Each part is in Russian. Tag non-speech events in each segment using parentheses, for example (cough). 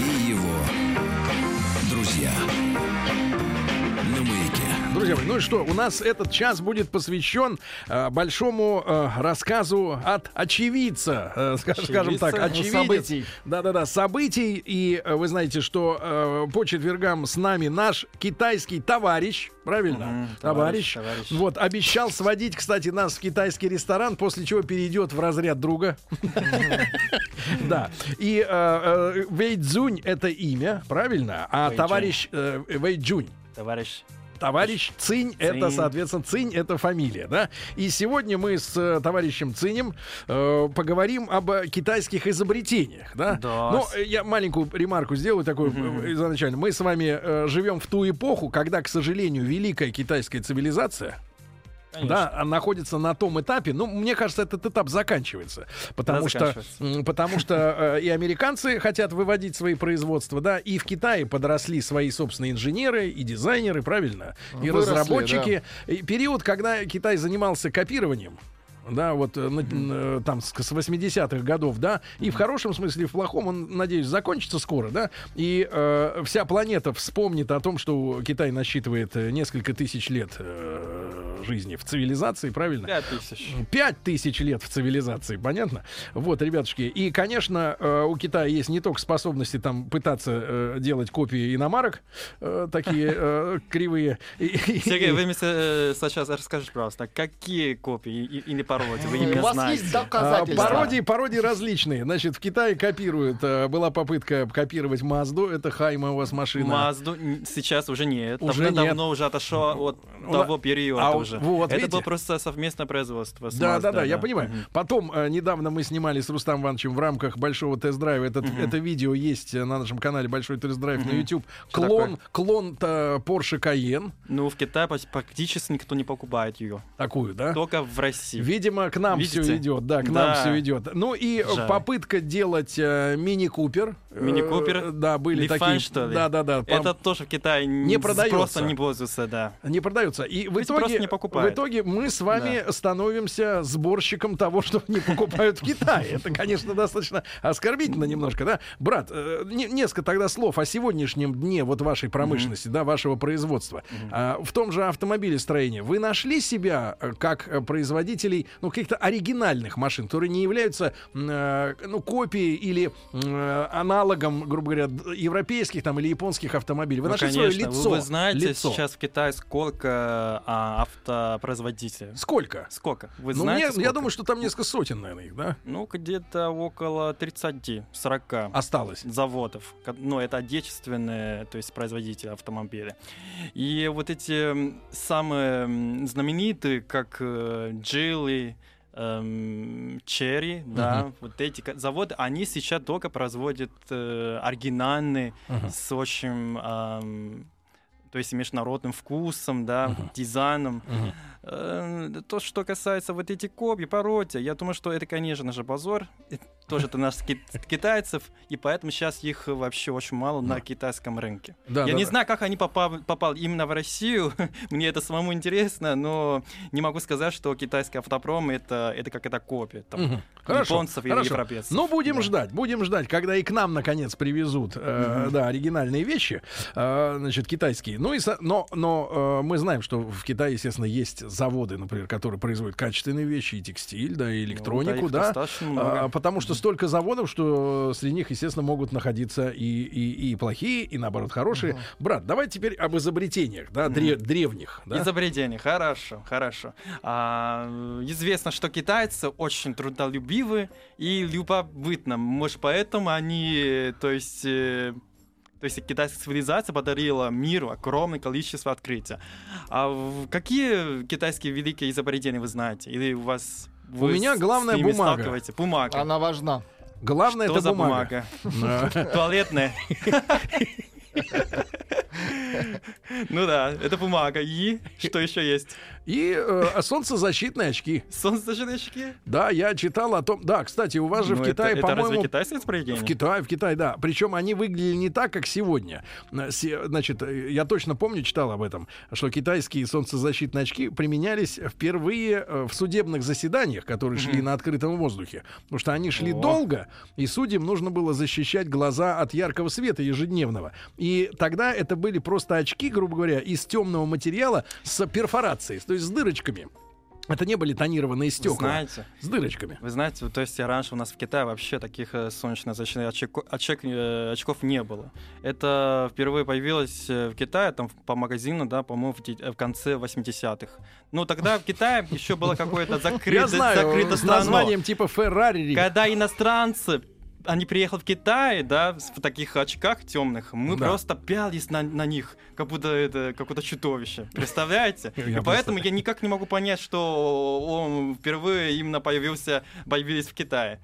и его друзья на маяке. Друзья мои, ну и что, у нас этот час будет посвящен э, большому э, рассказу от очевидца, э, ска- скажем так, Очевидца ну, очевидец. событий. Да-да-да, событий. И э, вы знаете, что э, по четвергам с нами наш китайский товарищ, правильно? Мгм, товарищ, товарищ, товарищ. Вот, обещал сводить, кстати, нас в китайский ресторан, после чего перейдет в разряд друга. Да. И э, э, Вэйдзунь это имя, правильно? А Вэйджунь. товарищ э, Вэйджунь Товарищ. Товарищ Цинь, это, Цинь. соответственно, Цинь это фамилия, да? И сегодня мы с э, товарищем Цинем э, поговорим об э, китайских изобретениях, да? Да. Но э, я маленькую ремарку сделаю такую э, изначально. Мы с вами э, живем в ту эпоху, когда, к сожалению, великая китайская цивилизация да, а находится на том этапе. Ну, мне кажется, этот этап заканчивается, потому что, Заканчивается. м, потому что э, и американцы хотят выводить свои производства, да, и в Китае подросли свои собственные инженеры и дизайнеры, правильно, и Выросли, разработчики. И период, когда Китай занимался копированием. Да, вот э, на- э, там с с 80-х годов, да, и в хорошем смысле, и в плохом, он, надеюсь, закончится скоро, да, и э, вся планета вспомнит о том, что Китай насчитывает э, несколько тысяч лет э, жизни в цивилизации, правильно? (laughs) Пять тысяч. Пять тысяч лет в цивилизации, понятно? Вот, ребятушки. И, конечно, э, у Китая есть не только способности там пытаться э, делать копии иномарок, э, такие э, кривые. И- и- Сергей, вы мне э, сейчас расскажите, пожалуйста, какие копии и- или пародии вы У именно вас знаете? есть А, доказательства? Пародии, пародии различные. Значит, в Китае копируют. э, Была попытка копировать Мазду. Это Хайма у вас машина. Мазду н- сейчас уже нет. Уже давно, нет. давно уже отошло от Ну, того а- периода а уже. вот Это видите? было просто совместное производство. с Да, Mazda, да, да, я понимаю. Мгм. Потом э, недавно мы снимали с Рустам Ивановичем в рамках большого тест-драйва. Этот, Это видео есть э, на нашем канале Большой тест-драйв на YouTube. Что клон, клон -то Porsche Cayenne. Ну, в Китае пач- практически никто не покупает ее. Такую, да? Только в России. Видимо, к нам Видите? все идет, да, к нам Да. все идет. Ну и э, Жаль. попытка делать э, мини-купер. Э, Мини-Купер? да, были Лифан, такие. что ли? Да, да, да. пам- Это тоже в Китае н- Не продается. Просто не пользуется, да. Не продаются. И в Люди итоге, просто не в покупают. итоге мы с вами становимся сборщиком того, (laughs) что не покупают в Китае. Это, конечно, достаточно оскорбительно немножко, да? Брат, э, не- несколько тогда слов о сегодняшнем дне вот вашей промышленности, да, вашего производства. А, В том же автомобилестроении вы нашли себя э, как э, производителей, ну, каких-то оригинальных машин, которые не являются, м, э, ну, копией или м, э, аналогом, грубо говоря, д- европейских там или японских автомобилей. Вы Ну, нашли свое конечно. Вы- лицо. Вы, знаете, лицо. сейчас в Китае сколько а, автопроизводителей? Сколько? Сколько? Вы Ну, знаете? мне- сколько? я думаю, что там несколько сотен, наверное, их, да, Ну, где-то около 30-40 осталось. заводов. Ко- Ну, это отечественные, то есть производители автомобилей. И вот эти м, самые м, знаменитые, как э, Джилли, Черри, да, вот эти ка- заводы, они сейчас только производят э, оригинальные Мгм. с очень, ам, то есть международным вкусом, да, дизайном. Мгм. Э, То, что касается вот этих копий, пародия, я думаю, что это, конечно же, позор. Это Тоже это нас ки- (laughs) китайцев, и поэтому сейчас их вообще очень мало на китайском рынке. Да, я да, не да. знаю, как они попал, попал именно в Россию. (laughs) Мне это самому интересно, но не могу сказать, что китайский автопром это, это как это копия. Там, Мгм. Хорошо, японцев или хорошо. европейцев. Ну, будем Да. ждать, будем ждать, когда и к нам, наконец, привезут, э, да, оригинальные вещи, э, значит, китайские. Ну, и, со- но, но э, мы знаем, что в Китае, естественно, есть заводы, например, которые производят качественные вещи, и текстиль, да, и электронику, Ну, их да. достаточно А, много. потому что столько заводов, что э, среди них, естественно, могут находиться и, и, и плохие, и наоборот хорошие. Брат, давай теперь об изобретениях, да, дре- древних. Да? Изобретение, хорошо, хорошо. А, известно, что китайцы очень трудолюбивы и любопытны. Может, поэтому они, э, то есть, э, то есть китайская цивилизация подарила миру огромное количество открытий. А в- какие китайские великие изобретения вы знаете? Или у вас вы У меня с- главная с ними бумага. сталкиваетесь? Бумага. Она важна. Главное Что это за бумага. бумага? (laughs) (laughs) Туалетная. Ну да, это бумага. И что еще есть? И э, солнцезащитные очки. Солнцезащитные очки? Да, я читал о том. Да, кстати, у вас же Ну, в это- Китае, это, разве по-моему, китайское изобретение? в Китае, в Китае, да. Причем они выглядели не так, как сегодня. На се- Значит, э, я точно помню, читал об этом, что китайские солнцезащитные очки применялись впервые э, в судебных заседаниях, которые шли на открытом воздухе. Потому что они шли О. долго, и судьям нужно было защищать глаза от яркого света ежедневного. И тогда это были просто очки, грубо говоря, из темного материала с перфорацией, то есть с дырочками. Это не были тонированные Вы стекла. знаете, С дырочками. вы знаете, вот, то есть раньше у нас в Китае вообще таких э, солнечно-защитных очек- очек- э, очков не было. Это впервые появилось э, в Китае, там в- по магазину, да, по-моему, в, де- э, в конце 80-х. Ну, тогда в Китае еще было какое-то закрыто, Я знаю, закрыто с страно. названием типа Феррари. Когда иностранцы они приехали в Китай, да, в с- в таких очках темных. Мы Да. просто пялись на, на них, как будто это какое-то чудовище. Представляете? Я И просто- поэтому я никак не могу понять, что он впервые именно появился, появились в Китае.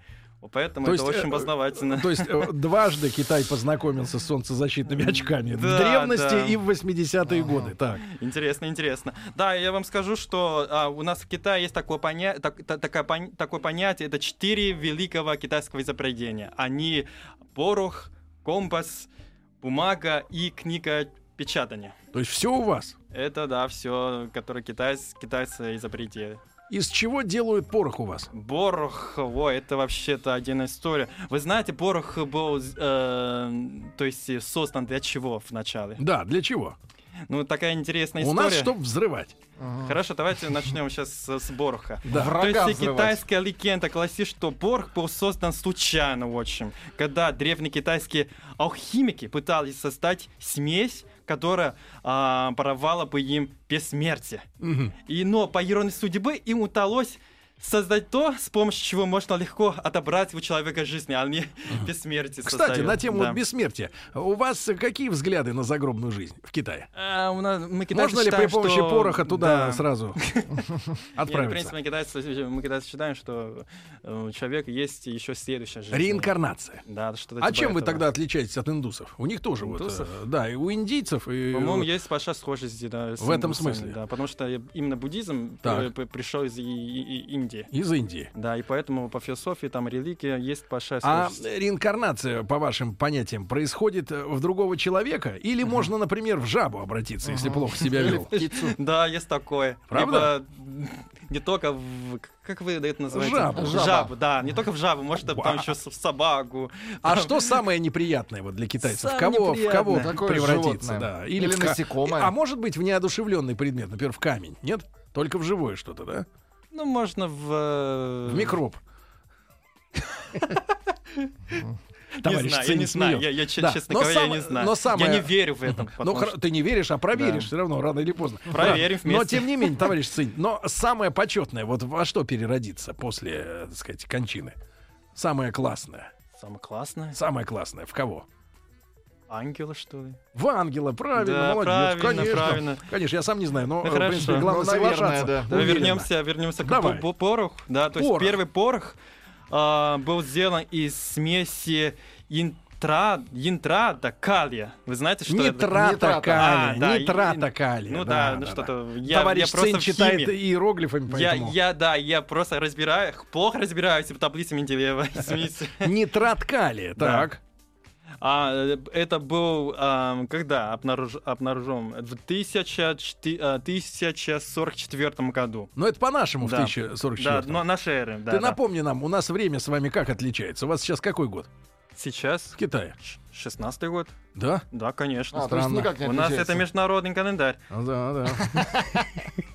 Поэтому То это есть, э, очень познавательно. То есть э, дважды Китай познакомился с солнцезащитными очками. в Да, древности да. и в 80-е годы. Так. Интересно, интересно. Да, я вам скажу, что а, у нас в Китае есть такое, поня... так- та- такая пон- такое понятие, это четыре великого китайского изобретения. Они порох, компас, бумага и книга печатания. То есть все у вас. Это, да, все, которое китайцы, китайцы изобретели. Из чего делают порох у вас? Борох, о, это вообще-то отдельная история. Вы знаете, порох был, э, то есть создан для чего в начале? Да, для чего? Ну, такая интересная У история. нас чтобы взрывать. Хорошо, давайте начнем сейчас с, с Бороха. Да. То есть Врага и взрывать. китайская легенда гласит, что Борг был создан случайно очень, когда древние китайские алхимики пытались создать смесь, которая а, даровала бы им бессмертие. Мгм. И, но по иронии судьбы им удалось создать то, с помощью чего можно легко отобрать у человека жизнь, а не бессмертие Кстати, создает. на тему Да. вот бессмертия. У вас э, какие взгляды на загробную жизнь в Китае? А, у нас- мы китайцы Можно ли при считаем, помощи что- пороха туда Да. (laughs) сразу Нет, в принципе, отправиться? мы китайцы, мы китайцы считаем, что э, у человека есть еще следующая жизнь. Реинкарнация. Да, что-то А типа чем вы этого. тогда отличаетесь от индусов? У них тоже вот... Индусов? э, Да, и у индийцев, и... По-моему, вот- есть большая схожесть, да. с В этом индусами, смысле. Да, потому что именно буддизм Так. п- п- пришел из и- и- и Индии. Из Индии. Да, и поэтому по философии, там, религия есть большая А схожесть. реинкарнация, по вашим понятиям, происходит э, в другого человека? Или можно, например, в жабу обратиться, если плохо себя вел? Да, есть такое. Правда? Либо не только в... Как вы это называете? Жабу. Жаба. Жабу, да. Не только в жабу, может, Вау. там еще с- в собаку. А что самое неприятное вот для китайцев? В Самое кого, в кого неприятное. Какое превратиться? животное? Да. Или в ка- насекомое? А может быть в неодушевленный предмет, например, в камень? Нет? Только в живое что-то, да? Ну, можно в... э, В (laughs) микроб. не Товарищ знаю, я Цинь не знаю, смеет. я, я, че- Да. честно Но говоря, я самое- не знаю. но Я самое- не верю в этом. Ну, потому хра- что- ты не веришь, а проверишь Да. все равно, рано или поздно. Проверим Да. Но вместе. тем не менее, товарищ Цинь, но самое почетное, вот во что переродиться после, э, так сказать, кончины? Самое классное. Самое классное. Самое классное. В кого? Ангелы, что ли? В ангела, правильно, Да, молодец. правильно, конечно. правильно. Конечно, я сам не знаю, но, Ну, э, в принципе, хорошо. главное Ну, наверное, соглашаться. да. Да, уверенно. вернемся, вернемся к Давай. по- по- пороху. Да, то есть Порох. первый порох а, был сделан из смеси интра, интрата калия. Вы знаете, что это? Нитрата Нитрата. калия, А, да, и- нитрата и- калия. Ну да, да, ну да, да. что-то. Я, Товарищ я просто Цинь в читает химии. иероглифами, Я, поэтому... я, да, я просто разбираю, плохо разбираюсь в таблице Менделеева, (laughs) извините. (laughs) Нитрат калия, Да. так. А, э, это был ам, когда обнаруж- обнаружен? В 1004 а, 1044 году. Но ну, это по-нашему в Да. 1044 Да, но нашей эры. Да, Ты да. напомни нам, у нас время с вами как отличается? У вас сейчас какой год? Сейчас В Китае. ш- 16-й год. Да? Да, конечно. А, то есть Странно. никак не У нас это отличается. международный календарь. Да, да.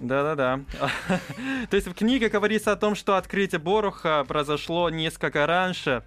Да-да-да. (laughs) То есть в книге говорится о том, что открытие Боруха произошло несколько раньше.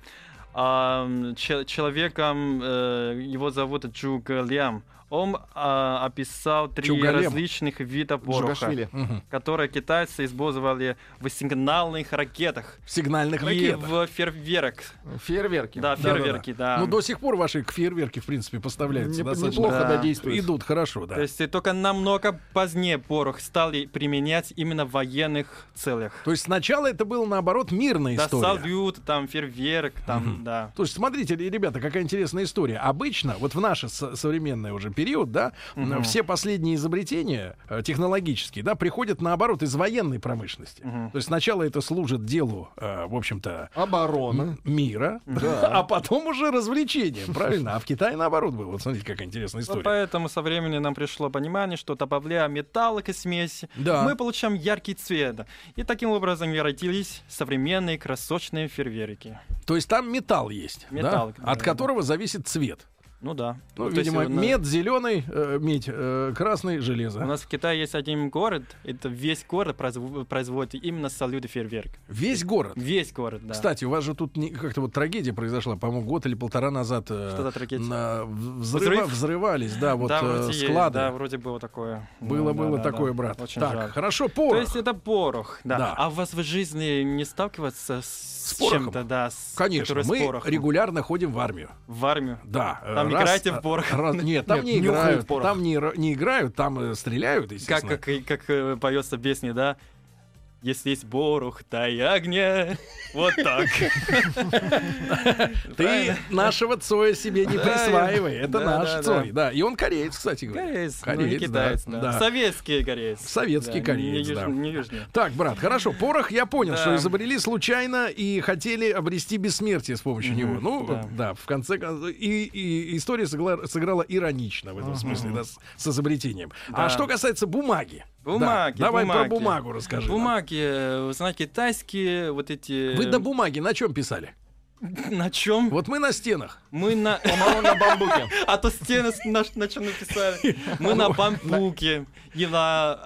Ам, че- Человеком, э, его зовут Джу Галям. Он а, описал Джу три Галям. различных вида Боруха, Джугашвили. Мгм. которые китайцы использовали в сигнальных ракетах. В сигнальных Ну, И ракетах. в а, фейерверк. Фейерверки. Да, Да-да-да. фейерверки, да. Ну, до сих пор ваши фейерверки, в принципе, поставляются. Не- достаточно. неплохо Да. додействуют. Идут хорошо, да. То есть э, только намного позднее порох стали применять именно в военных целях. То есть сначала это было, наоборот, мирная Да, история. салют, там, фейерверк, там, да. Слушай, смотрите, ребята, какая интересная история. Обычно, вот в наше со- современное уже период, да, Мгм. все последние изобретения э, технологические, да, приходят наоборот из военной промышленности. Мгм. То есть сначала это служит делу, э, в общем-то, Оборона. м- мира, (laughs) а потом уже развлечением, правильно? А в Китае наоборот было. Вот смотрите, какая интересная Вот история. поэтому со временем нам пришло понимание, что добавляя металлы к смеси, Да. мы получаем яркий цвет. И таким образом и родились современные красочные фейерверки. То есть там металл есть, да, Металл, да, от да. которого зависит цвет. Ну да. Ну, Вот видимо, если на- мед зеленый, э, медь э, красный, железо. У нас в Китае есть один город, это весь город произв- производит именно салюты фейерверк. Весь город. Весь город, да. Кстати, у вас же тут не- как-то вот трагедия произошла, по-моему, год или полтора назад. э, Что за трагедия? на- в- взрыва- Взрыв? Взрывались, да, вот да, э, вроде есть, склады. да, вроде было такое. Было, Ну, да, было да, такое, да. брат. Очень так, жаль. хорошо, порох. То есть это порох, да. Да. А у вас в жизни не сталкиваться с, С порохом? чем-то, да, с, Конечно, которое с мы порохом? регулярно ходим в армию. в армию. Да. э, раз- Там играете в порох. (laughs) раз- нет, там Нет, не нюхают играют. порох. Там не, ра- не играют, там э, стреляют, Как, естественно. как, и- как э, поется песня, да? Если есть порох, дай огня. (laughs) Вот так. Ты Правильно. (laughs) нашего Цоя себе не Да, присваивай. я- Это да, наш да, Цой. Да. И он кореец, кстати говоря. Кореец, ну не Кореец, да, китаец, да. да. Советский кореец. Советский Да, не- кореец, Не, да. юж- не южный. Так, брат, хорошо. Порох я понял, Да. что изобрели случайно и хотели обрести бессмертие с помощью Мгм, него. Ну, да, да. в конце концов. И, и история сыгла- сыграла, иронично в этом смысле, да, с, с изобретением. А Да. что касается бумаги. Да, Бумаги, давай про бумаги. бумагу расскажи. нам. Бумаги, э, вы знаете, китайские вот эти... Вы до бумаги на чем писали? На чем? Вот мы на стенах. Мы на... на бамбуке. А то стены с- на, на чем написали. Мы на бамбуке. И на...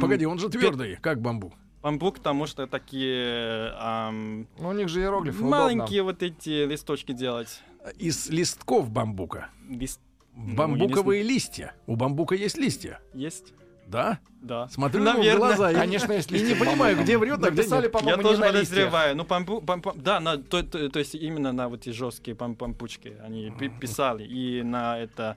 (laughs) Погоди, он же твердый, как бамбук. Бамбук, потому что такие... ам, Ну, у них же иероглифы маленькие вот эти листочки делать. Из листков бамбука. Лист Ну, Бамбуковые листья. У бамбука есть листья. есть? Да? Да. Смотрю ему в Наверное. глаза. и- Конечно, есть И не листья понимаю, бамбука. где врет, а где Написали, нет. по-моему, Я не тоже на листьях. подозреваю. Ну, бамбу, бам- бам- да, на, то, то- то есть именно на вот эти жесткие бам- бамбучки они пи- писали. И на это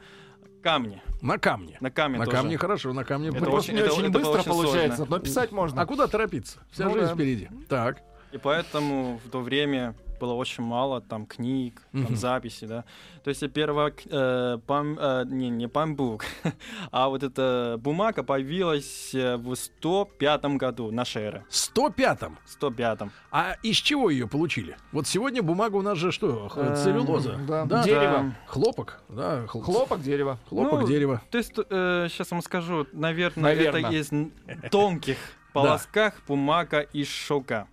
камни. На камне. На камне На тоже. камне хорошо, на камне. Это Ну, Блин, просто очень- не это- очень это было быстро очень сложно. получается, но писать можно. А куда торопиться? Вся Ну жизнь да. впереди. Так. И поэтому в то время было очень мало там книг, Мгм. там записей, да. То есть первая, к- э, бам- э, не, не бамбук, (laughs) а вот эта бумага появилась э, в 105 году нашей эры. 105-м. В 105. А из чего ее получили? Вот сегодня бумага у нас же что? х- Эм, Целлюлоза. да. Да. Дерево. Хлопок. Да, хл- Хлопок дерева. Хлопок, Ну, дерево. То есть, сейчас вам скажу, наверное, Наверно. это (laughs) из н- тонких полосках бумага и шелка.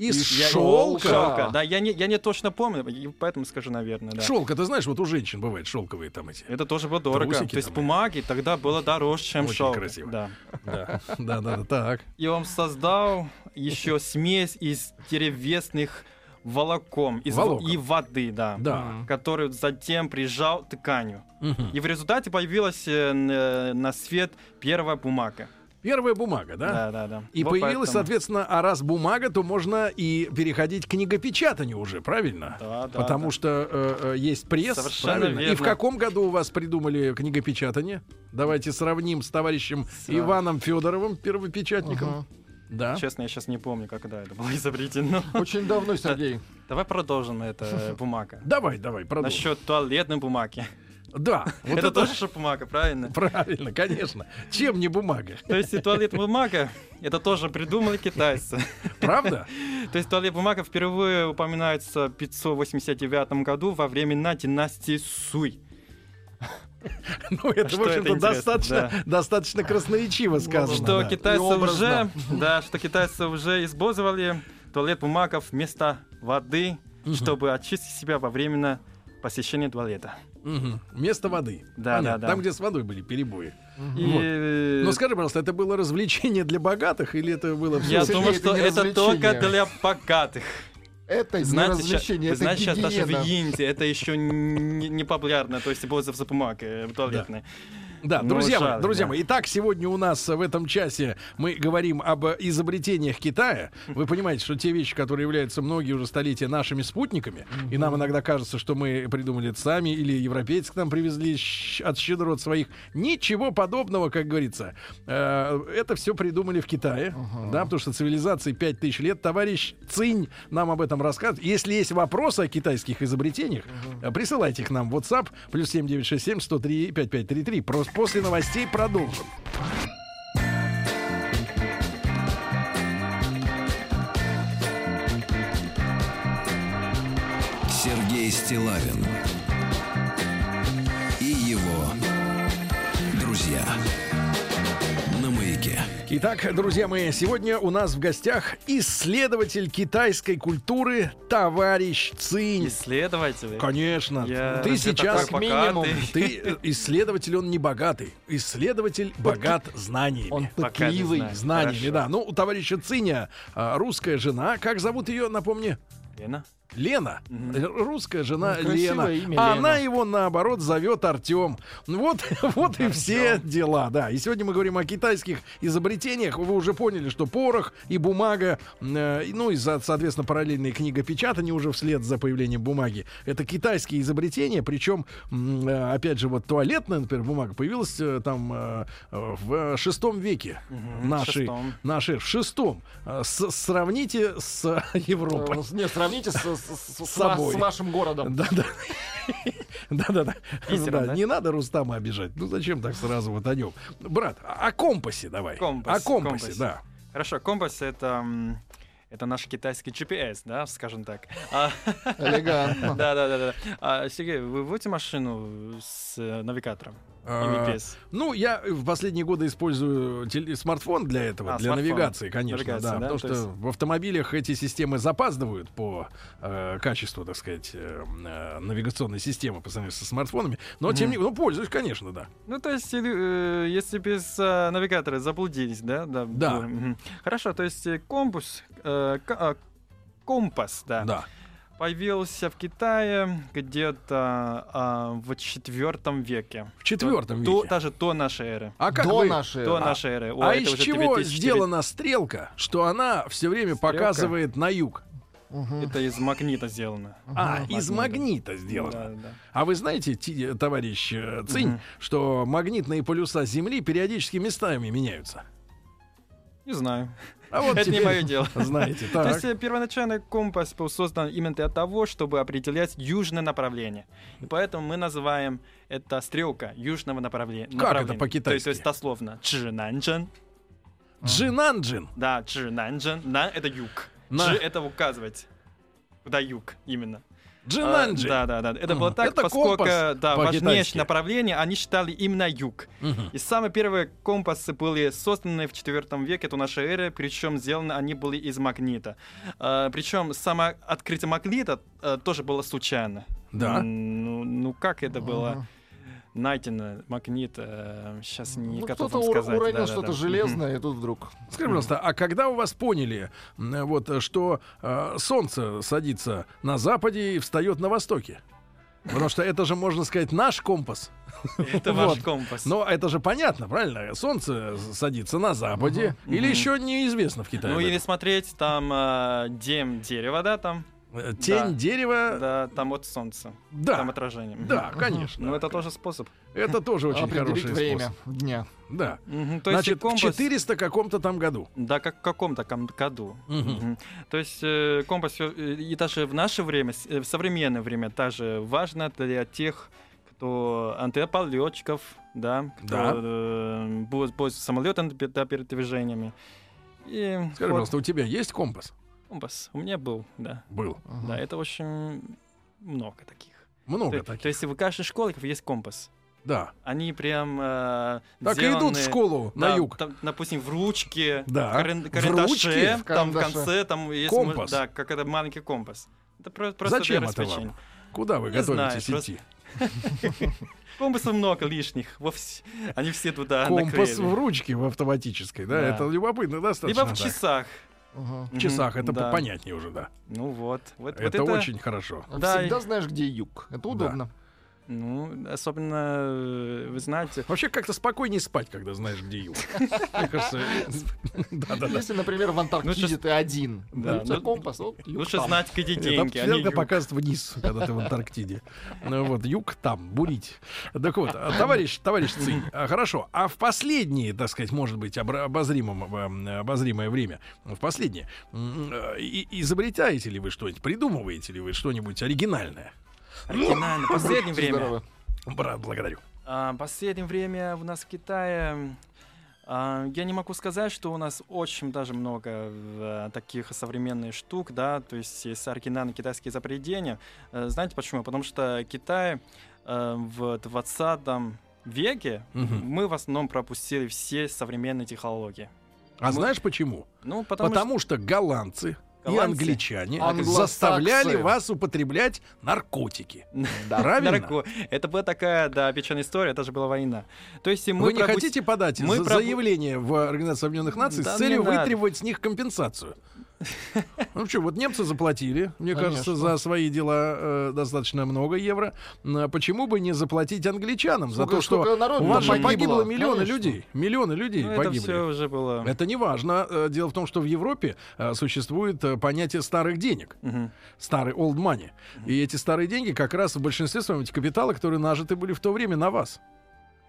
Из я- шелка. шелка. Шелка, да, я не, я не точно помню, и поэтому скажу, наверное, да. Шелка, ты знаешь, вот у женщин бывает шелковые там эти. Это тоже было дорого. Трусики То есть там. бумаги тогда было дороже, чем Очень шелк. красиво. Да. (laughs) Да, да, да, так. И он создал еще смесь из деревесных волоком из в- Волокон. и воды, да, Да. которую затем прижал тканью. Мгм. И в результате появилась э, н- э, на свет первая бумага. Первая бумага, да? Да, да, да. И Вот появилась, поэтому- соответственно, а раз бумага, то можно и переходить к книгопечатанию уже, правильно? Да, да, Потому да. что э, э, есть пресс, Совершенно правильно? И в верно. каком году у вас придумали книгопечатание? Давайте сравним с товарищем Сра- Иваном Федоровым, первопечатником. Мгм. Да. Честно, я сейчас не помню, когда это было (laughs) изобретено. Очень давно, Сергей. Давай продолжим это э, бумага. Давай, давай, продолжим. Насчет туалетной бумаги. (laughs) Да, вот это, тоже же бумага, правильно? (laughs) правильно, конечно. Чем не бумага, То есть и туалетная бумага, это тоже придумали китайцы. (laughs) правда? То есть туалет бумага впервые упоминается в 589 году во времена династии Суй. Ну это Что в общем-то это интересно, достаточно, достаточно красноречиво сказано. Что да. китайцы И образно. уже, да, что китайцы уже использовали туалет бумага вместо воды, Мгм. чтобы очистить себя во время посещения туалета. Мгм. Вместо воды. Да, Понятно. да, Э. да. Там, где с водой были перебои. И Ну, Но скажи, пожалуйста, это было развлечение для богатых или это было всё я Сергей, думаю, это что не это только развлечение. для богатых. Это не Знаете, ща- развлечение, вы это знаете, сейчас даже в гигиена. Индии это еще не, не популярно, то есть бозов за бумагой э, туалетной. Да, Ну, друзья мои, жаль, друзья да. мои. Итак, сегодня у нас э, в этом часе мы говорим об э, изобретениях Китая. Вы понимаете, что те вещи, которые являются многие уже столетия нашими спутниками, и нам иногда кажется, что мы придумали это сами, или европейцы к нам привезли щ- от щедрот своих. Ничего подобного, как говорится. Э, Это все придумали в Китае, да, потому что цивилизации 5000 лет. Товарищ Цинь нам об этом рассказывает. Если есть вопросы о китайских изобретениях, э, присылайте их нам в WhatsApp, плюс 7967 103 5533. Просто После новостей продолжим. Сергей Стилавин и его друзья на маяке. Итак, друзья мои, сегодня у нас в гостях исследователь китайской культуры товарищ Цинь. Исследователи. Конечно. Я ты вообще сейчас такой минимум. богатый. Ты э, исследователь, он не богатый. Исследователь богат знаниями. Он Пока не пытливый. знаю. знаниями, Хорошо. да. Ну, у товарища Циня а, русская жена. Как зовут ее, напомни? Лена. Лена. Р- Русская жена Ну, красивое Лена. имя, А Лена. Она его, наоборот, зовет Артем. Вот, (laughs) вот и все дела, да. И сегодня мы говорим о китайских изобретениях. Вы уже поняли, что порох и бумага, э, и, ну и, за- соответственно, параллельные книгопечатания уже вслед за появлением бумаги. Это китайские изобретения, причем, м, э, опять же, вот туалетная, например, бумага появилась э, там э, э, в шестом веке Мгм, нашей, шестом. нашей, в шестом. Э, с- сравните с (laughs) Европой. Э, Не, сравните с, с- с- с собой. ва- с вашим городом. Да, да. Да, (laughs) да, да. Питером, Да, да? Не надо Рустама обижать. Ну зачем так сразу вот о нем? Брат, о о компасе давай. Компас, О компасе, компас. да. Хорошо, компас это... м, Это наш китайский GPS, да, скажем так. А, Элегантно. Да, да, да, да. А, Сергей, вы водите машину с э, навигатором? И А, GPS? Ну, я в последние годы использую теле- смартфон для этого, А, для смартфон. навигации, конечно, Навигация, да, да, потому то что есть- в автомобилях эти системы запаздывают по э, качеству, так сказать, э, э, навигационной системы по сравнению со смартфонами, но тем не менее, ну, пользуюсь, конечно, да. Ну, то есть, или, э, если без э, навигатора заблудились, да? Да. Да. было. Мгм. Хорошо, то есть э, компас, э, к- а, компас, да, Да. появился в Китае где-то а, в четвертом веке. В четвертом До- веке. даже до нашей эры. А как До вы... нашей. До эры. нашей эры. О, А это из уже чего 2004 сделана стрелка, что она все время Стрелка? показывает на юг? Мгм. Это из магнита сделано. А, Мгм. из магнита сделано. Да, да. А вы знаете, ти- товарищ э, Цинь, Мгм. что магнитные полюса Земли периодически местами меняются. Не знаю. А вот Это не теперь мое дело. Знаете, То так. есть э, первоначально компас был создан именно для того, чтобы определять южное направление. И поэтому мы называем это стрелка южного направле- направления. это по-китайски? То есть, то есть дословно. Чинанчжэн. Джинанджин. Да, Чинанчжэн. На это юг. На. Джи это указывать. Куда юг именно. Джинанджин. А, да, да, да. Это было Мгм. так, Это поскольку компас да, по-китайски. важнейшее направление они считали именно юг. Мгм. И самые первые компасы были созданы в IV веке до нашей эры, причем сделаны они были из магнита. Э, причем само открытие магнита э, тоже было случайно. Да. М, Ну, ну как это было Ага. найдено, магнит, сейчас не Ну, готов кто-то вам ур- сказать. уронил Да-да-да. что-то Мгм. железное, и тут вдруг. Скажи, пожалуйста, а когда у вас поняли, м, вот, э, что э, солнце садится на западе и встает на востоке? Потому что это же, можно сказать, наш компас. (laughs) Это ваш Вот. компас. Но это же понятно, правильно? Солнце садится на западе, или мгм. еще неизвестно в Китае. ну или смотреть, там э, дем дерева, да, там, Э, Тень да. дерева. да, там от солнца, Да. там отражение. Мгм. Да, конечно. Ну это тоже способ. Это тоже очень определить хороший время способ. дня. Да. Мгм, То Значит, есть компас... в 400 каком-то там году. Да, как в каком-то ком- году. Мгм. Мгм. То есть э, компас э, и даже в наше время, с- э, в современное время, также важно для тех, кто антиполетчиков, да, кто Да. э, будет пользоваться самолетом пе- да, перед движениями. И Скажи, вот пожалуйста, у тебя есть компас? компас у меня был, да. Был. Мгм. Да, это очень много таких. Много то, таких. то есть в каждой школе есть компас. Да. Они прям э, Так и идут в сделаны- школу да, на юг. там, допустим, в ручке, Да. в карен- А? В карандаше, ручке? В там в карандаше. конце, там есть мо- Компас. да, как это маленький компас. Это про- просто Зачем для это вам? развлечения. Куда вы не готовитесь знаю, идти? Компасов много лишних, вовсе. они все туда Компас наклеили. в ручке в автоматической, да? Да. Это любопытно достаточно. Либо в так. часах. Ага. В часах, это да. понятнее уже, да. Ну вот, вот, вот Это очень хорошо. А Да, Всегда и- знаешь, где юг. Это удобно. Ну, особенно, э, вы знаете, Вообще как-то спокойнее спать, когда знаешь, где юг. Мне кажется, э, да-да-да. Если, например, в Антарктиде Лучше- ты один, Да, у тебя ну, компас, оп, юг лучше там. знать, Нет, где там деньги, а не всегда юг. показывает вниз, когда ты в Антарктиде. Ну вот, юг там, бурить. Так вот, а, товарищ, товарищ Цинь, а, хорошо, а в последнее, так сказать, может быть, обра- обозримом, эм, обозримое время, в последнее, м, э, и- изобретаете ли вы что-нибудь, придумываете ли вы что-нибудь оригинальное? Оригинально. В последнее Здорово. время Брат, благодарю. а, А, последнее время у нас в Китае... м, а, Я не могу сказать, что у нас очень даже много э, таких современных штук, да, то есть есть оригинальные китайские изобретения. Э, Знаете почему? Потому что Китай э, в 20 веке Мгм. мы в основном пропустили все современные технологии. А знаешь почему? Ну, потому, Потому что голландцы и Голландцы? англичане Англосаксы. заставляли вас употреблять (laughs) наркотики. Правильно? Дорогой, Это была такая, да, печальная история, это же была война. То есть и мы Вы не пропу- хотите подать мы за- пропу- заявление в Организацию Объединенных Наций Да с целью не надо. вытребовать с них (laughs) компенсацию? Ну что, вот немцы заплатили, мне кажется, Конечно. за свои дела э, достаточно много евро. М, а Почему бы не заплатить англичанам за Сколько- то, что сколько народу у вас же там погибло, погибло миллионы конечно. людей, миллионы людей Ну, это погибли. все уже было. Это не важно. Э, Дело в том, что в Европе э, существует э, понятие старых денег, Мгм. старый old money. И эти старые деньги как раз в большинстве своем эти капиталы, которые нажиты были в то время на вас.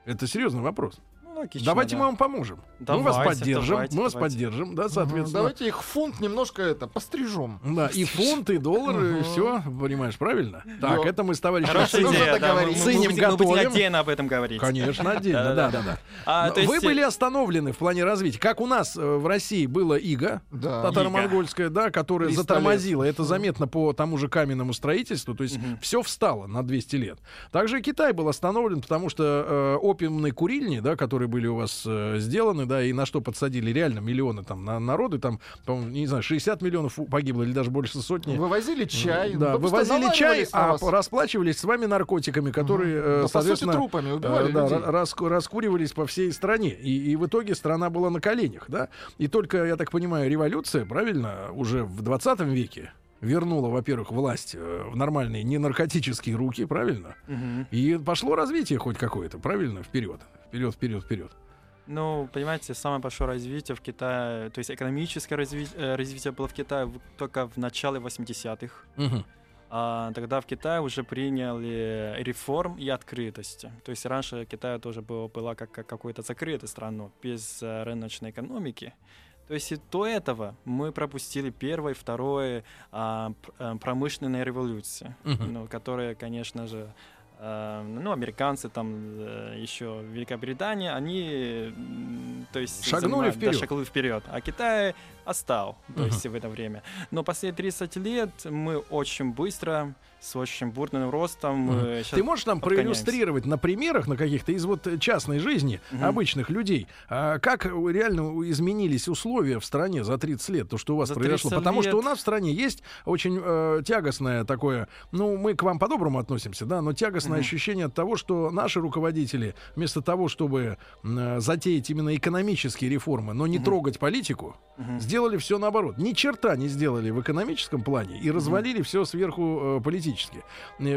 Это серьезный вопрос. Ну, логично, давайте да. мы вам поможем. мы вас Давайте, поддержим. давайте, мы вас давайте. поддержим, да, Мгм, соответственно. Давайте их фунт немножко это пострижем. Да, и фунты, и доллары, и Мгм. все, понимаешь, правильно? Так, Да. это мы с товарищем Хорошая Нужно идея, да, мы, мы- договориться. мы Ценим, будем, мы будем готовим. отдельно об этом говорить. Конечно, отдельно, да, да, да. А, Но то Ну, Вы есть, были остановлены в плане развития. Как у нас э, в России было ИГА, Да. татаро-монгольская, да, которая 300 затормозила. Это заметно по тому же каменному строительству. То есть Мгм. все встало на 200 лет. Также и Китай был остановлен, потому что э, опиумные курильни, да, которые были у вас э, сделаны, да, и на что подсадили реально миллионы там на народы, там, по-моему, не знаю, 60 миллионов погибло или даже больше сотни. Вывозили чай. Да, ну, просто вывозили чай, наваливались на а вас. расплачивались с вами наркотиками, которые, Мгм. э, Да, по сути, соответственно, трупами э, убивали да, людей. ра- раску- раскуривались по всей стране. И, и в итоге страна была на коленях, да? И только, я так понимаю, революция, правильно, уже в 20 веке вернула, во-первых, власть э, в нормальные не наркотические руки, правильно? Мгм. И пошло развитие хоть какое-то, правильно, вперед. Вперед, вперед, вперед. Ну, понимаете, самое большое развитие в Китае, то есть экономическое разви- э, развитие было в Китае в- только в начале 80-х. Мгм. А тогда в Китае уже приняли реформ и открытости. То есть раньше Китай тоже был, была как, как какой-то закрытой страной, без э, рыночной экономики. То есть и до этого мы пропустили первое и второе а, пр- э, промышленные революции, Мгм. ну, которые, конечно же, э, ну, американцы, там э, еще Великобритания, они, м, то есть... Шагнули занимают- да, вперед. шагнули вперед. А Китай отстал, то Мгм. есть в это время. Но последние 30 лет мы очень быстро, с очень бурным ростом... мы щас- Ты можешь нам отклоняемся. проиллюстрировать на примерах, на каких-то из вот э, частной жизни Мгм. обычных людей, а, как э, реально у- изменились условия в стране за 30 лет, то, что у вас За произошло? 30 Потому что у лет. нас в стране есть очень э, тягостное такое, ну, мы к вам по-доброму относимся, да, но тягостное Мгм. ощущение от того, что наши руководители, вместо того, чтобы м, э, затеять именно экономические реформы, но не Мгм. трогать политику, Мгм. сделали все наоборот. Ни черта не сделали в экономическом плане и развалили все сверху э, политически.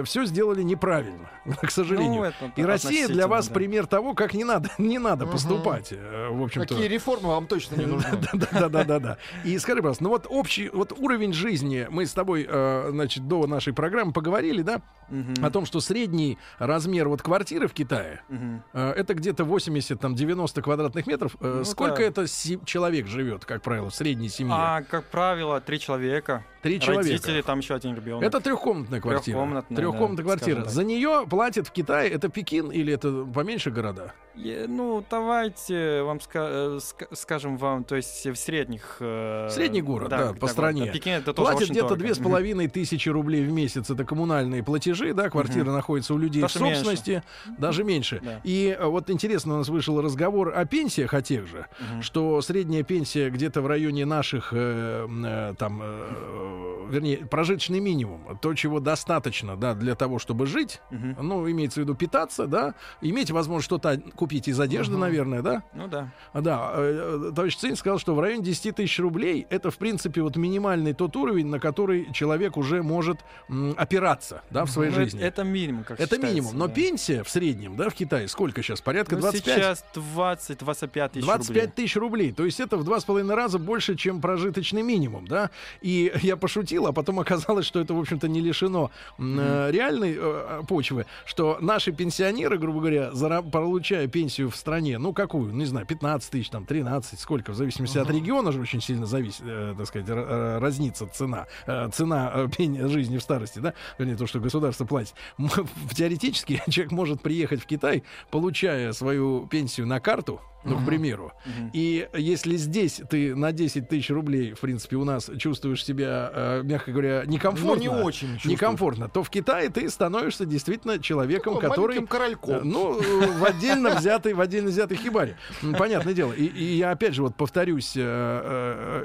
Все сделали неправильно, (laughs) к сожалению. Ну, это и Россия для относительно, вас да. пример того, как не надо, (laughs) не надо Мгм. поступать, э, в общем-то. (laughs) Какие реформы вам точно не нужны. Да-да-да-да. И скажи, пожалуйста, ну вот общий, вот уровень жизни, мы с тобой, э, значит, до нашей программы поговорили, да, Мгм. о том, что средний размер вот квартиры в Китае, Мгм. э, это где-то 80, там, 90 квадратных метров. Э, Ну Сколько да. это си- человек живет, как правило, в средней семье? А, как правило, три человека. Три человека. Родители, там еще один ребенок. Это трехкомнатная квартира. Трехкомнатная, да, квартира. скажем так. За нее платят в Китае. Это Пекин или это поменьше города? Е- Ну, давайте вам ска- э, ска- скажем вам, то есть в средних... э, Средний город, да, по вот, стране. Пекин это тоже Платят очень где-то дорого. две с половиной тысячи рублей в месяц. Это коммунальные платежи, да. Квартира находится у людей в Даже меньше. собственности, даже меньше. Да. И э, вот интересно, у нас вышел разговор о пенсиях о тех же, Мгм. что средняя пенсия где-то в районе наших э, м, э, там, э, вернее, прожиточный минимум, то чего достаточно, да, для того, чтобы жить. Мгм. Мгм. Ну, имеется в виду питаться, да, иметь возможность что-то купить из одежды, Мгм. наверное, да. Ну да. А, Да, э, э, товарищ Цин сказал, что в районе 10 тысяч рублей это, в принципе, вот минимальный тот уровень, на который человек уже может м, опираться, да, в своей Ну, жизни. Это, это минимум, как Это считается, минимум. Но да. пенсия в среднем, да, в Китае сколько сейчас? Порядка Ну, 25? Сейчас 20-25 тысяч 25 рублей. тысяч рублей. То есть это в два с половиной раза больше, чем прожиточный минимум, да? И (laughs) я пошутил, а потом (laughs) оказалось, что это, в общем-то, не лишено м, э, реальной э, почвы, что наши пенсионеры, грубо говоря, зара- получая пенсию в стране, ну какую, ну, не знаю, 15 тысяч, там, 13, сколько, в зависимости от региона же очень сильно зависит, э, так сказать, р- э, разнится цена, э, цена э, пен- жизни в старости, да, вернее, то, что государство платит. (laughs) М, Теоретически (laughs) человек может приехать в Китай, получая свою пенсию на карту, ну, к примеру, Мгм. и если здесь ты на 10 тысяч рублей, в принципе, у нас чувствуешь себя, э, мягко говоря, Ну, некомфортно. не очень чувствую. Некомфортно, то в Китае ты становишься действительно человеком, Ну, который. маленьким корольком. э, Ну, э, в отдельно взятой, в отдельно взятой хибаре. М, Понятное дело. И, и я опять же вот повторюсь, э,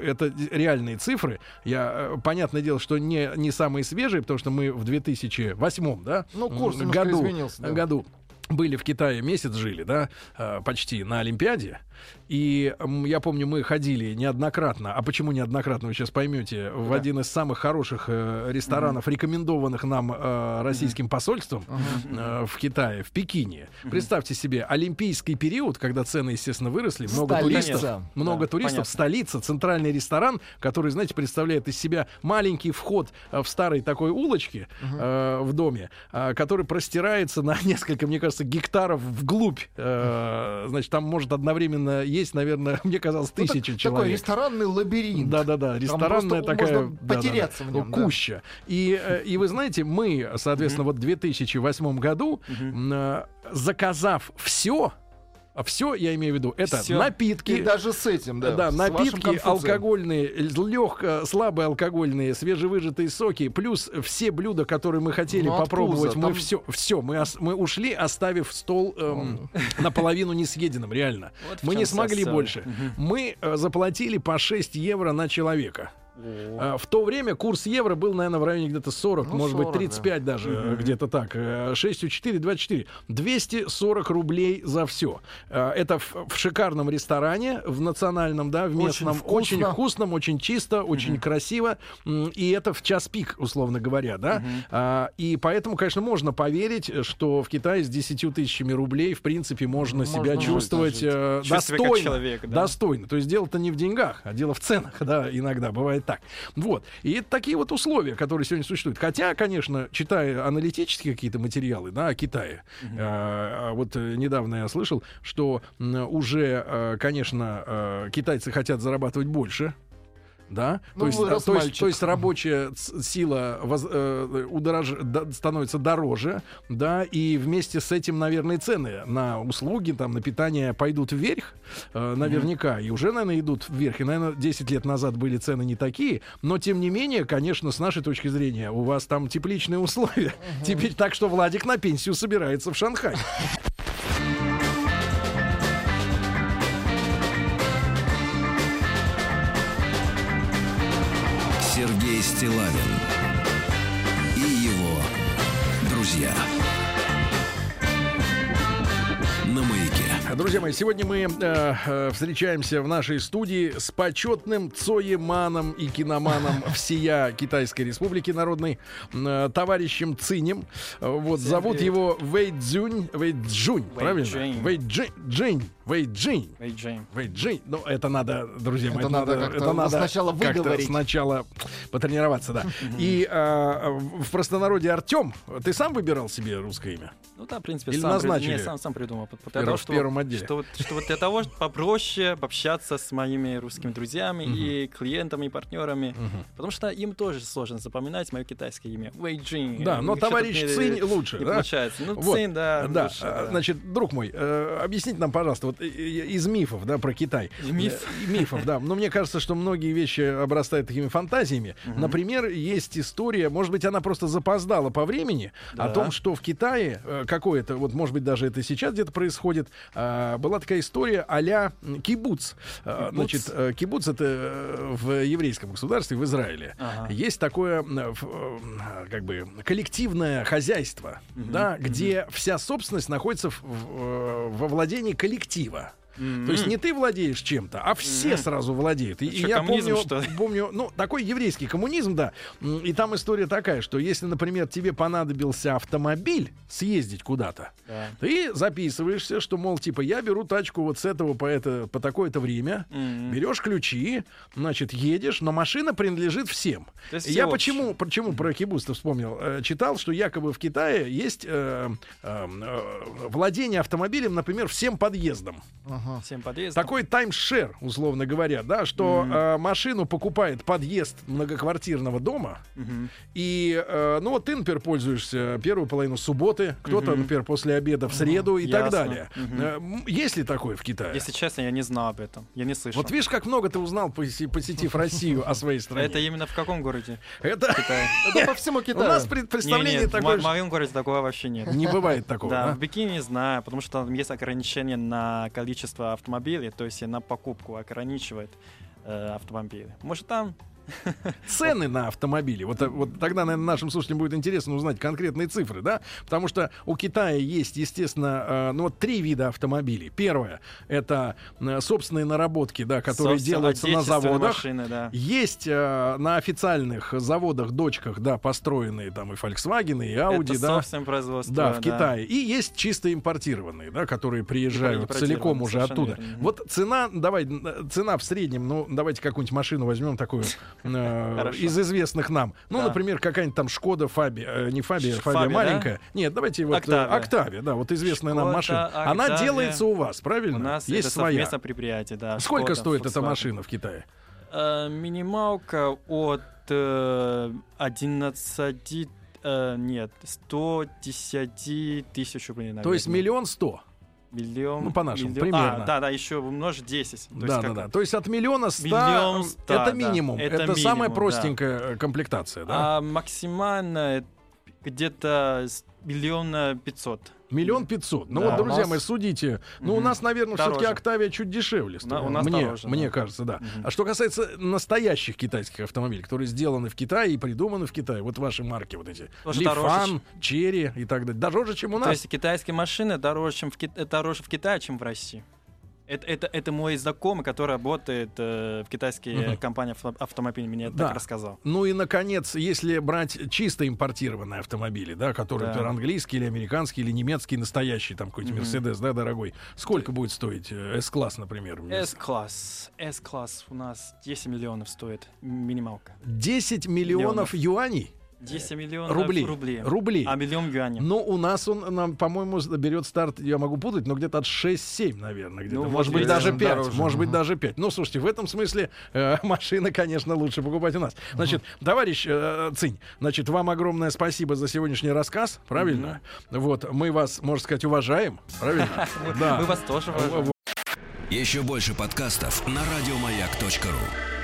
э, это реальные цифры. Я, э, понятное дело, что не, не самые свежие, потому что мы в 2008, да? Ну, курс м, немножко году, изменился, да. году были в Китае месяц жили, да, э, почти на Олимпиаде. И м, я помню, мы ходили неоднократно, а почему неоднократно, вы сейчас поймете, в Да. один из самых хороших э, ресторанов, рекомендованных нам э, российским посольством э, в Китае, в Пекине. Представьте себе, олимпийский период, когда цены, естественно, выросли, много Столица. туристов, много Да, туристов, понятно. столица, центральный ресторан, который, знаете, представляет из себя маленький вход э, в старой такой улочке э, в доме, э, который простирается на (laughs) несколько, мне кажется, гектаров вглубь. Э, значит, там может одновременно есть, наверное, (laughs) мне казалось, Ну, так- тысячи Такой человек. ресторанный лабиринт. Да-да-да, ресторанная просто такая... можно да-да-да, потеряться в нем, да. Куща. И, э, и вы знаете, мы, соответственно, вот в 2008 году, м, э, заказав все, все, я имею в виду, это Всё. напитки, И даже с этим, да. да, с вашим напитки, Конфуцием. алкогольные, легко, слабые алкогольные, свежевыжатые соки, плюс все блюда, которые мы хотели Ну, от попробовать, пуза, мы там- все, все, мы, ос- мы ушли, оставив стол эм, (laughs) наполовину несъеденным, реально. Вот в мы чём не вся смогли ссора. больше. Мы э, заплатили по 6 евро на человека. Э, В то время курс евро был, наверное, в районе где-то 40, Ну, может 40, быть, 35 даже, э, где-то так. Э, 6 у 4, 24. 240 рублей за все. Это в, в шикарном ресторане, в национальном, да, в Очень местном. вкусно. Очень вкусном, очень чисто, очень красиво. М, И это в час пик, условно говоря, да. А, И поэтому, конечно, можно поверить, э, что в Китае с 10 тысячами рублей, в принципе, можно, себя жить, чувствовать жить. э, Чувствовать как достойно. человека, да. Достойно. То есть дело-то не в деньгах, а дело в ценах, да, иногда бывает так. Вот. И это такие вот условия, которые сегодня существуют. Хотя, конечно, читая аналитические какие-то материалы, да, о Китае, э, вот э, недавно я слышал, что м, уже, э, конечно, э, китайцы хотят зарабатывать больше, да? Ну, то, есть, вырос то, есть, мальчик. то есть рабочая ц- сила воз- э, удорож- да- становится дороже, да, и вместе с этим, наверное, цены на услуги, там, на питание пойдут вверх, э, наверняка, и уже, наверное, идут вверх, и, наверное, 10 лет назад были цены не такие, но, тем не менее, конечно, с нашей точки зрения, у вас там тепличные условия, теперь так, что Владик на пенсию собирается в Шанхай. Сергей Стилавин и его друзья. На маяке. Друзья мои, сегодня мы э, э, встречаемся в нашей студии с почетным цоеманом и (laughs) киноманом всея Китайской Республики Народной, м, э, товарищем Цинем. Э, Вот, Всем зовут привет. его Вэй Цзюнь, Вэй Цзюнь, Вэй правильно? Джинь. Вэй Джи- Джинь, Вэй Джинь. Эй, Джейм. Вэй Джинь. Ну, это надо, друзья мои, Это надо как-то сначала как-то выговорить. сначала потренироваться, (laughs) да. И э, в в простонародье Артем, ты сам выбирал себе русское имя? Ну да, в принципе, Или сам, при- назначили? не, сам, сам придумал. П- первом- в первом отделе. Что, вот- что вот для того, чтобы попроще общаться с моими русскими друзьями и клиентами, и партнерами. Потому что им тоже сложно запоминать мое китайское имя. Вэй Джин. Да, Э, но у них что-то товарищ не- Цинь лучше, не да? получается. Ну, Вот, Цинь, да, Да, лучше, а, да. значит, друг мой, э, объясните нам, пожалуйста, вот э, э, из мифов, да, про Китай. Из миф? Э, мифов, да. Но мне кажется, что многие вещи обрастают такими фантазиями. Например, есть история, может быть, она просто запоздала по времени, о Да. том, что в Китае э, какое-то, вот, может быть, даже это сейчас где-то происходит, э, была такая история а-ля м, кибуц. Э, Кибуц? Значит, э, кибуц это э, в еврейском государстве, в Израиле. Ага. Есть такое, э, ф- э, как бы, коллективное хозяйство, да, где вся собственность находится в- в, э, во владении коллектива. Мгм. То есть не ты владеешь чем-то, а все Мгм. сразу владеют. И, Это и что, я коммунизм, помню, что ли? помню, ну, такой еврейский коммунизм, да. М, И там история такая, что если, например, тебе понадобился автомобиль съездить куда-то, Да. ты записываешься, что, мол, типа, я беру тачку вот с этого по, это, по такое-то время, Мгм. берешь ключи, значит, едешь, но машина принадлежит всем. То есть я всеобщее. почему, почему про кибуста вспомнил? Э, читал, что якобы в Китае есть э, э, э, владение автомобилем, например, всем подъездом. Ага. Всем подъездом. Такой таймшер, условно говоря, да, что Мгм. э, машину покупает подъезд многоквартирного дома, Мгм. и, э, ну, вот ты, например, пользуешься первую половину субботы, кто-то, Мгм. например, после обеда в среду и так ясно. далее. Мгм. Э, м, есть ли такое в Китае? Если честно, я не знал об этом. Я не слышал. Вот видишь, как много ты узнал, поси- посетив Россию о своей стране. Это именно в каком городе? (laughs) Это- Китае. Это по всему (laughs) у нас Китаю. пред- Не, представление нет, в мо- такое, в моем городе такого вообще нет. что не бывает такого. а? Да, да? в Пекине не знаю, потому что там есть ограничение на количество автомобилей, то есть и на покупку ограничивает э, автомобили. Может там? Цены на автомобили. Вот, э, вот тогда, наверное, нашим слушателям будет интересно узнать конкретные цифры, да? Потому что у Китая есть, естественно, э, ну вот три вида автомобилей. Первое — это э, собственные наработки, да, которые собственно, делаются на отечественные заводах. Машины, да. Есть э, на официальных заводах, дочках, да, построенные там и Volkswagen, и Audi, Это да. собственное производство. Да, в Китае. И есть чисто импортированные, да, которые Импорт- приезжают импортированные, целиком уже совершенно оттуда. верно. Мгм. Вот цена, давай, н- цена в среднем, ну, давайте какую-нибудь машину возьмем (laughs) такую э, Хорошо. из известных нам. Ну, Да. например, какая-нибудь там Шкода Фаби, э, не Фабия, Ш- Фабия Фабия, маленькая. Нет, давайте вот э, Октавия. Октавия, да, вот известная нам Шкода, машина. Она Октавия. делается у вас, У правильно? нас есть это своя. совместное предприятие, да. Сколько Шкода, стоит эта Volkswagen. машина в Китае? Э, минималка от э, 11... э, нет, 110 тысяч рублей, То есть наверное. миллион сто. Миллион. Ну, по-нашему, миллион- примерно. А, да, да, еще умножить 10. То есть Да, да, как- да. То есть от миллиона ста Миллион м, ста, это да. минимум. Это Это, самая минимум, да. простенькая э, комплектация, да? А максимально где-то с миллиона 500. Миллион пятьсот. Ну Да, вот, у друзья нас- мои, судите. Ну, у Мгм. нас, наверное, все-таки Дороже. Октавия чуть дешевле стоит. у нас мне, дороже, мне да. кажется, да. Мгм. А что касается настоящих китайских автомобилей, которые сделаны в Китае и придуманы в Китае, вот ваши марки вот эти. Тоже Лифан, дороже, Черри и так далее. Дороже, чем у То нас. есть китайские машины дороже, чем в, Ки- э, дороже в Китае, чем в России. Это, это, это мой знакомый, который работает э, в китайской э, Мгм. компании авто- автомобилей, мне Да. так рассказал. Ну и, наконец, если брать чисто импортированные автомобили, да, которые, Да. например, английский или американский или немецкий настоящий, там какой-нибудь Мгм. Мерседес, да, дорогой, сколько будет стоить э, S-класс, например? S-класс. S-класс у нас 10 миллионов стоит м- минималка. 10 миллионов Миллионов. юаней? 10 миллионов Рублей. рублей. Рублей. А миллион юаней. Ну, у нас он, нам, по-моему, с- берет старт, я могу путать, но где-то от 6-7, наверное, где-то. Ну, может вот быть, я- даже 5. дороже. Может быть, Мгм. даже 5. Ну, слушайте, в этом смысле э, (laughs) машины, конечно, лучше покупать у нас. Значит, товарищ э, Цинь, значит, вам огромное спасибо за сегодняшний рассказ, правильно? Вот, мы вас, можно сказать, уважаем, правильно? Мы- Да. Мы вас тоже уважаем. Еще больше подкастов на радиомаяк.ру.